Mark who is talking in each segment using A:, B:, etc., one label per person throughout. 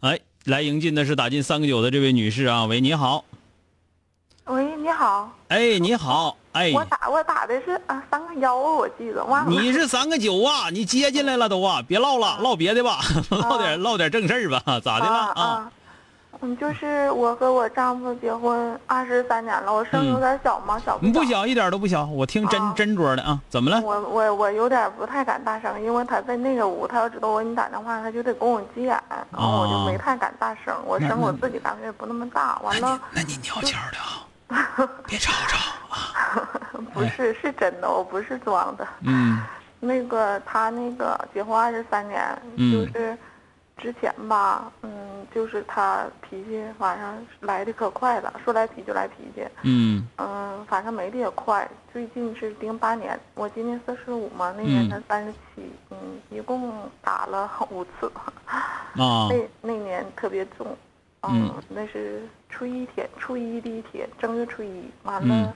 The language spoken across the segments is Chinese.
A: 哎，来迎进的是打进三个九的这位女士啊，喂，你好，
B: 喂，你好，
A: 哎，你好，哎
B: 我打我打的是啊三个幺，我记得忘了。
A: 你是三个九啊，你接进来了都啊，别唠了，唠别的吧，唠点唠点正事儿吧，咋的了
B: 啊啊？嗯，就是我和我丈夫结婚二十三年了，我声音有点小吗？小
A: 嗯
B: 不
A: 不
B: 小？
A: 小，一点都不小，我听真、
B: 啊
A: 真桌的啊，怎么了？
B: 我我我有点不太敢大声，因为他在那个屋，他要知道我给你打电话，他就得跟我急眼，然后我就
A: 哦
B: 没太敢大声，我声我自己感觉也不那么大。完了，
A: 那你悄悄的啊，别吵吵啊。
B: 不是是真的，我不是装的。
A: 嗯
B: 那个他那个结婚二十三年，
A: 嗯
B: 就是之前吧，嗯，就是他脾气反正来的可快了，说来脾就来脾气，
A: 嗯
B: 嗯，反正没的也快。最近是零八年，我今年四十五嘛，那年他三十七，嗯，一共打了五次，
A: 啊
B: 那那年特别重，
A: 嗯
B: 那是初一天，初一第一天，正月初一，完
A: 嗯
B: 了，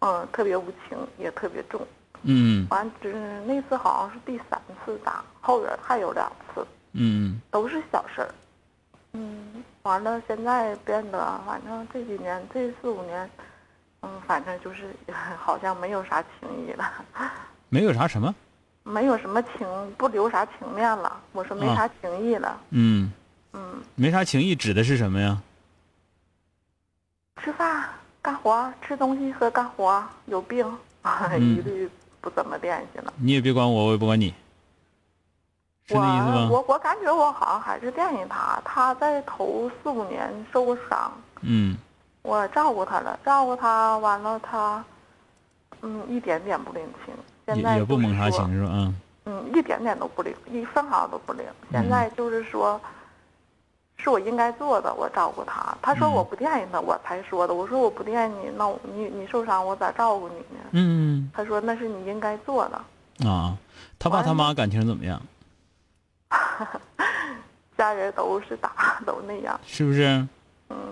B: 嗯，特别无情，也特别重。
A: 嗯
B: 完之那次好像是第三次打，后边还有两次，
A: 嗯
B: 都是小事儿。嗯，完了现在变得，反正这几年这四五年，嗯，反正就是好像没有啥情谊了，
A: 没有啥什么，
B: 没有什么情，不留啥情面了。我说没
A: 啊
B: 啥情谊了。
A: 嗯，
B: 嗯，
A: 没啥情谊，指的是什么呀？
B: 吃饭、干活、啊吃东西和干活，有病，啊
A: 嗯
B: 一律不怎么联系了。
A: 你也别管我，我也不管你，是那意思
B: 我
A: 吗？
B: 我我感觉我好像还是惦记他，他在头四五年受过伤，
A: 嗯
B: 我照顾他了，照顾他完了他，嗯，一点点不领情，现在
A: 也也不
B: 就是
A: 蒙啥
B: 说
A: 情是吧？啊，
B: 嗯，一点点都不领，一分毫都不领。现
A: 嗯
B: 在就是说，是我应该做的，我照顾他。他说
A: 嗯
B: 我不惦记他，我才说的。我说我不惦记你，那我你你受伤我咋照顾你呢？
A: 嗯
B: 他说那是你应该做的。
A: 啊，他爸
B: 完了
A: 他妈感情怎么样？
B: 家人都是打， 都那样。
A: 是不是？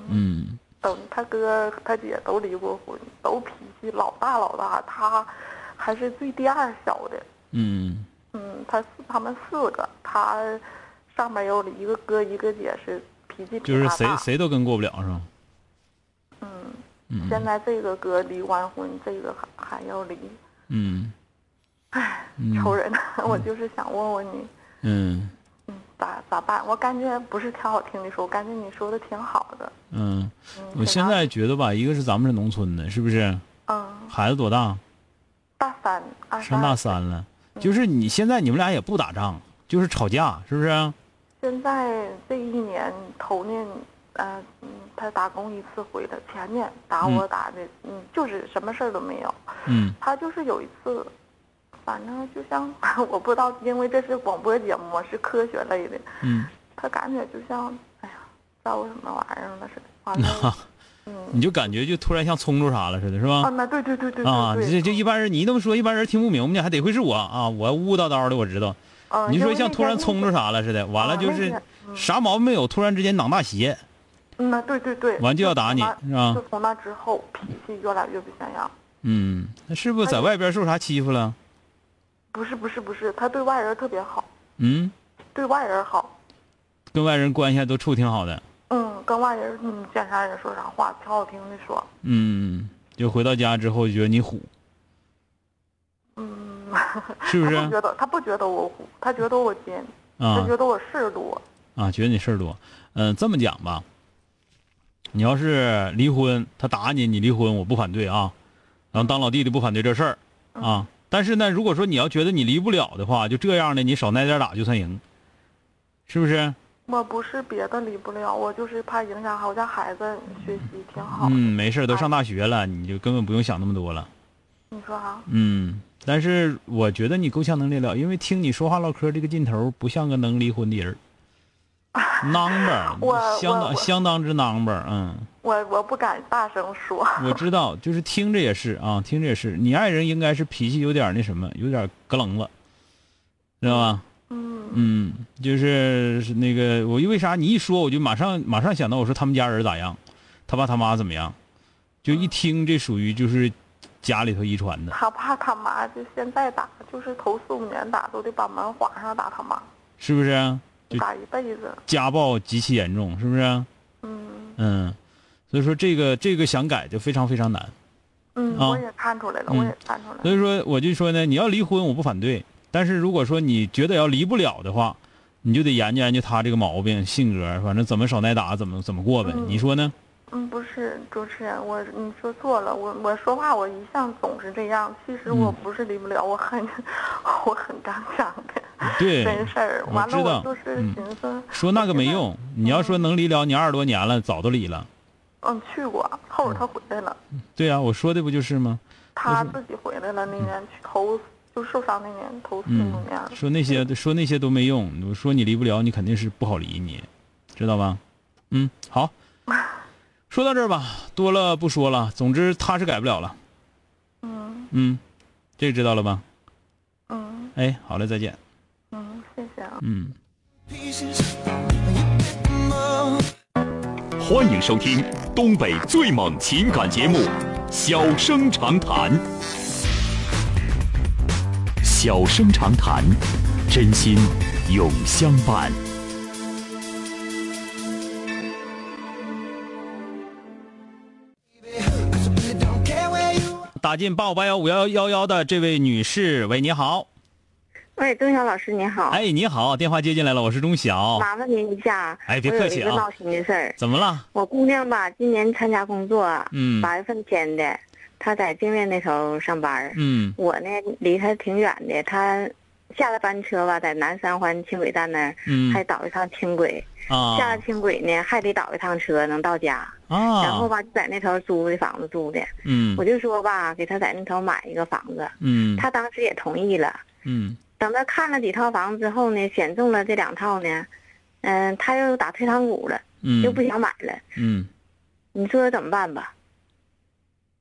A: 嗯
B: 等他哥他姐都离过婚，都脾气老大老大，他还是最第二小的。
A: 嗯
B: 嗯，他四他们四个，他上面有一个哥一个姐是脾气比
A: 就是
B: 他
A: 谁
B: 大。
A: 谁都跟过不了是吧？嗯
B: 现在这个哥离完婚，这个还还要离，
A: 嗯
B: 愁人。 我就是想问问你，
A: 嗯
B: 嗯，咋咋办？我感觉不是挺好听的说，我感觉你说的挺好的。
A: 嗯，
B: 嗯，
A: 我
B: 挺
A: 现
B: 好
A: 在觉得吧，一个是咱们是农村的，是不是？
B: 嗯，
A: 孩子多大？
B: 大三二十
A: 上大三了，就是你现在你们俩也不打仗，就是吵架，是不是？
B: 现在这一年头年，呃，嗯他打工一次回来，前年打我打的，嗯，就是什么事儿都没有。
A: 嗯
B: 他就是有一次，反正就像 我不知道，因为这是广播节目，是科学类的，
A: 嗯，
B: 他感觉就像，哎呀，照顾什么玩意儿了似的。完
A: 啊
B: 了，嗯，
A: 你就感觉就突然像冲着啥了似的，是
B: 啊，
A: 吧？
B: 那对对对对
A: 啊，
B: 对
A: 这
B: 对，
A: 这一般人你这么说，一般人听不明白，还得亏是我啊，我呜呜叨叨的，我知道。
B: 嗯，
A: 你
B: 因
A: 说
B: 为
A: 像
B: 那
A: 突然
B: 天
A: 冲
B: 那
A: 着
B: 个，
A: 啥了似的，完了
B: 啊
A: 就
B: 那
A: 是
B: 天嗯
A: 啥毛病没有，突然之间攮大鞋，
B: 嗯，那对对对，
A: 完就要
B: 从
A: 打你啊
B: 那
A: 是吧
B: 就从那之后，脾气越来越不像样。
A: 嗯，那是不是在
B: 哎
A: 外边受啥欺负了？
B: 不是不是不是，他对外人特别好，
A: 嗯，
B: 对外人好，
A: 跟外人关系还都处挺好的，
B: 嗯，跟外人嗯见啥人说啥话，挺好听的说，
A: 嗯，就回到家之后就觉得你虎，
B: 嗯，
A: 是不是
B: 他不觉得他不觉得我虎，他觉得我奸，
A: 啊
B: 他？觉得我事儿多，
A: 啊，觉得你事儿多。嗯、这么讲吧，你要是离婚，他打你，你离婚，我不反对啊。然后当老弟弟不反对这事儿
B: 嗯
A: 啊。但是呢，如果说你要觉得你离不了的话，就这样的，你少挨点打就算赢，是不是？
C: 我不是别的离不了，我就是怕影响好我家孩子学习挺好。
A: 嗯，没事儿，
C: 啊
A: 都上大学了，你就根本不用想那么多了。
C: 你说啊哈、
A: 嗯，但是我觉得你够呛能力了，因为听你说话唠嗑这个劲头儿，不像个能离婚的 人儿。
C: 我
A: number，相
C: 我
A: 当
C: 我
A: 相当之 number，嗯，
C: 我我不敢大声说。
A: 我知道，就是听着也是啊，听着也是。你爱人应该是脾气有点儿那什么，有点儿咯楞了，知道吧？
C: 嗯
A: 嗯，就是是那个我，因为啥你一说我就马上马上想到，我说他们家人咋样，他爸他妈怎么样，就一听这属于就是家里头遗传的，
C: 他爸他妈就现在打，就是头四五年打都得把门划上打他妈，
A: 是不是啊？就
C: 打一辈子。
A: 家暴极其严重，是不是啊？
C: 嗯
A: 嗯，所以说这个这个想改就非常非常难。
C: 嗯，
A: 啊
C: 我也看出来了，
A: 嗯
C: 我也看出来
A: 所
C: 了。
A: 以说我就说呢，你要离婚我不反对，但是如果说你觉得要离不了的话，你就得研究研究他这个毛病、性格，反正怎么少挨打，怎么怎么过呗。
C: 嗯
A: 你说呢？
C: 嗯，不是主持人，我你说错了，我我说话我一向总是这样，其实我
A: 嗯
C: 不是离不了，我很 我很刚强的，
A: 对
C: 真，事儿。
A: 我
C: 完了，
A: 知道
C: 我就是
A: 嗯
C: 寻思，
A: 说那个没用。你要说能离了，你二十多年了，早都离了。
C: 嗯，去过，后来他回来了，
A: 对啊呀、我说的不就是吗？
C: 他自己回来了，那年去头就受伤那年头四
A: 嗯
C: 五年，，
A: 说那些说那些都没用。我说你离不了，你肯定是不好离，你知道吧？嗯，好，说到这儿吧，多了不说了。总之他是改不了了。
C: 嗯
A: 嗯，这个知道了吧？
C: 嗯
A: 哎，好嘞，再见。
C: 嗯，谢谢啊。
A: 嗯。
D: 欢迎收听东北最猛情感节目《小生长谈》。小生长谈，真心永相伴。
A: 打进八五八幺五幺幺幺的这位女士，喂，你好，
B: 喂，钟晓老师你好，
A: 哎，你好，电话接进来了，我是钟晓，
B: 麻烦您一下，
A: 哎别
B: 我有
A: 客气啊
B: 一个闹心的事儿，
A: 怎么了？
B: 我姑娘吧，今年参加工作，
A: 嗯
B: 八月份签的，她在境内那头上班儿，
A: 嗯
B: 我呢离她挺远的，她下了班车吧，在南三环轻轨站那儿、
A: 嗯
B: 还倒一趟轻轨，
A: 啊
B: 下了轻轨呢还得倒一趟车能到家，然后
A: 啊，
B: 吧就在那头租的房子住的，
A: 嗯
B: 我就说吧，给她在那头买一个房子，
A: 嗯
B: 她当时也同意了。
A: 嗯
B: 等他看了几套房子之后呢，选中了这两套呢，嗯、他又打退堂鼓了，
A: 嗯，
B: 又不想买了。
A: 嗯，
B: 你说怎么办吧？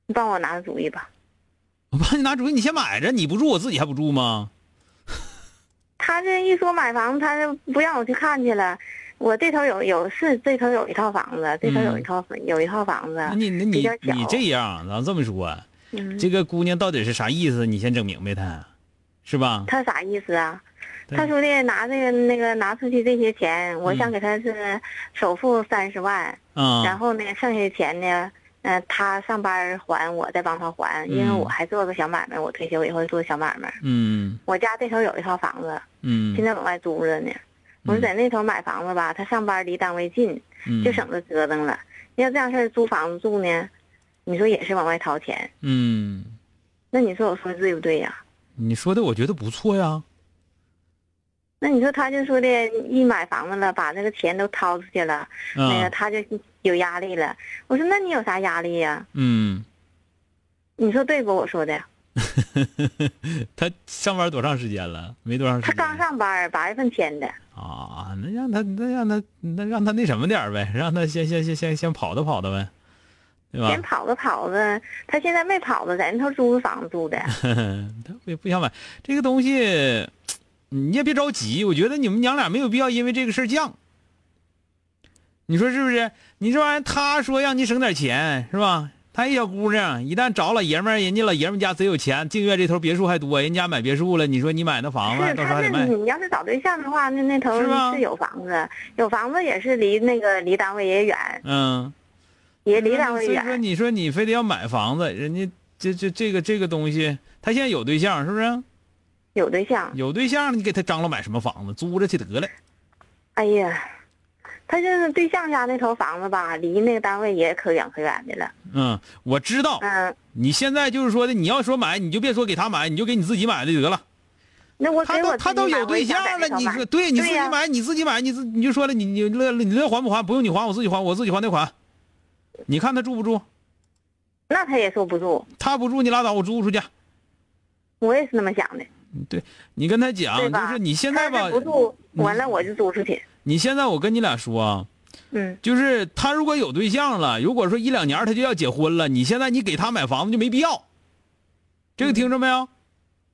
B: 你帮我拿个主意吧。
A: 我帮你拿主意，你先买着，你不住，我自己还不住吗？
B: 他这一说买房，他就不让我去看去了。我这头有有是这头有一套房子，这头有一套、有一套房子
A: 嗯那。你那
B: 比
A: 你
B: 较小
A: 你这样，咱这么说，啊
B: 嗯，
A: 这个姑娘到底是啥意思？你先整明白她，是吧？
B: 他啥意思啊？
A: 对嗯
B: 他说的拿这个那个拿出去这些钱，我想给他是首付三十万，然
A: 啊，
B: 后呢，剩下的钱呢，呃，他上班还，我再帮他还，因为
A: 嗯
B: 我还做个小买卖，我退休以后做小买卖。
A: 嗯
B: 我家这头有一套房子，
A: 嗯
B: 现在往外租着呢。我说在那头买房子吧，他上班离单位近，
A: 嗯，
B: 就省得折腾了。要这样事儿租房子住呢，你说也是往外掏钱，
A: 嗯，
B: 那你说我说的对不对呀、
A: 你说的我觉得不错呀，
B: 那你说他就说的，一买房子了，把那个钱都掏出去了，那个
A: 啊，
B: 他就有压力了。我说那你有啥压力呀、
A: 嗯。
B: 你说对不？我说的，
A: 他上班多长时间了？没多长时
B: 他
A: 间。
B: 刚上班，八月份签的。
A: 啊，那让他那让他那让他那什么点儿呗，让他先先先先先跑的跑的呗，对
B: 先
A: 吧？
B: 跑着跑着，他现在没跑着，在那头租的房子住的。
A: 他不不想买这个东西， 你也别着急，我觉得你们娘俩没有必要因为这个事儿犟。你说是不是？你这玩意儿，他说让你省点钱是吧？她一小姑娘，一旦找老爷们儿，人家老爷们儿家贼有钱，净月这头别墅还多，人家买别墅了，你说你买那房
B: 是
A: 子，到时候
B: 他
A: 还得
B: 是
A: 卖。
B: 你要是找对象的话，那那头
A: 是吧
B: 是有房子，有房子也是离那个离单位也远，
A: 嗯。
B: 也离单位
A: 所以说，
B: 远。
A: 你说你非得要买房子，人家这这这个这个东西，他现在有对象是不是？
B: 有对象，
A: 有对象，你给他张罗买什么房子？租着去得了。
B: 哎呀，他就是对象家那头房子吧，离那个单位也可远可远的了。
A: 嗯，我知道，
B: 嗯，
A: 你现在就是说的，你要说买，你就别说给他买，你就给你自己买的得了。
B: 那我
A: 他
B: 给我
A: 都他
B: 自己
A: 都
B: 买
A: 有
B: 我
A: 对
B: 也想
A: 象了，
B: 在那头
A: 你
B: 买
A: 这对你自
B: 对
A: 己
B: 呀
A: 买，你自己买，你自你就说了，你你乐你乐还不还？不用你还，我自己还，我自己还得还。你看他住不住？
B: 那他也说不住，
A: 他不住你拉倒，我租出去。
B: 我也是那么想的，
A: 你跟他
B: 对
A: 讲，啊就
B: 吧？
A: 是你现在
B: 他
A: 吧
B: 要是，不住，完了我就租出去。
A: 你现在我跟你俩说啊，
B: 嗯，
A: 就是他如果有对象了，如果说一两年他就要结婚了，你现在你给他买房子就没必要。这个听着没有？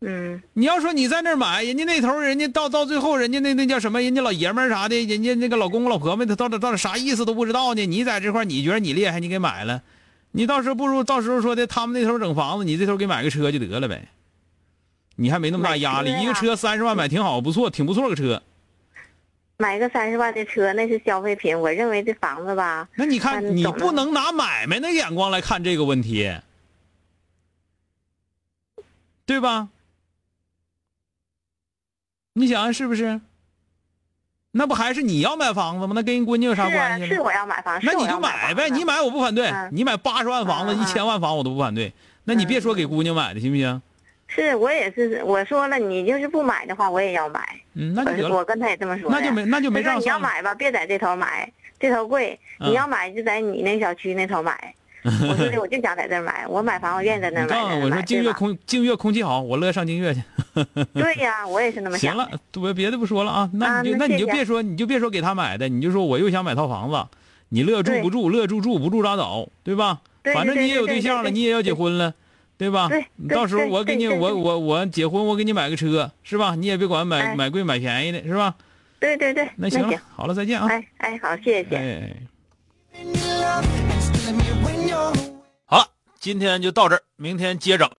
B: 嗯，
A: 你要说你在那儿买，人家那头儿人家到到最后，人家那那叫什么？人家老爷们儿啥的，人家那个老公公老婆们，他到底到底啥意思都不知道呢？你在这块儿你觉得你厉害，你给买了，你到时候不如到时候说的他们那头整房子，你这头给买个车就得了呗，你还没那么大压力，
B: 买车呀
A: 一个车三十万买挺好，不错，挺不错个车。
B: 买个三十万的车那是消费品，我认为这房子吧，
A: 那你
B: 那
A: 看，
B: 你
A: 你
B: 懂了
A: 不能拿买卖那眼光来看这个问题，对吧？你想啊想是不是？那不还是你要买房子吗？那跟人闺女有啥
B: 是啊
A: 关系
B: 是
A: 呢？
B: 我要买房，
A: 那
B: 是
A: 你
B: 我要
A: 就买
B: 房
A: 呗，
B: 子
A: 你买我不反对
B: 嗯，
A: 你买八十万房子、
B: 嗯
A: 一千万房我都不反对。那你别说给姑娘买的，行不行？
B: 是我也是，我说了，你就是不买的话，我也要买。
A: 嗯，那就得
B: 我
A: 了，
B: 我跟他也这么说的，
A: 那就没那就没
B: 他说
A: 账
B: 你要
A: 算了。
B: 买吧，别在这头买，这头贵。
A: 嗯
B: 你要买就在你那小区那头 买。我说的，我就想在这儿买，我买房我愿意在那
A: 你
B: 儿买。
A: 告诉
B: 在
A: 我，
B: 那儿
A: 我说
B: 买
A: 净
B: 对
A: 月
B: 吧
A: 空净月空气好，我乐意上净月去。
B: 对呀，我也是那么
A: 行
B: 想的。
A: 了，我别的不说了啊，那
B: 啊
A: 你就、
B: 那
A: 你就
B: 谢谢
A: 别说，你就别说给他买的，你就说我又想买套房子，你乐住
B: 对
A: 不住，乐住住不住拉倒，对吧？
B: 对
A: 反正你也有对象了，你也要结。婚了，对吧？
B: 对
A: 你
B: 对
A: 到时候
B: 对
A: 我给
B: 对
A: 你，
B: 对
A: 我
B: 对
A: 我我结婚，我给你买个车，是吧？你也别管买
B: 哎
A: 买贵买便宜的，是吧？
B: 对对对对对对对，
A: 那行了，好了，再见啊！
B: 哎哎，好，谢谢。
A: 哎
E: in your lap and stealing me when you're
A: 好了，今天就到这儿，明天接整。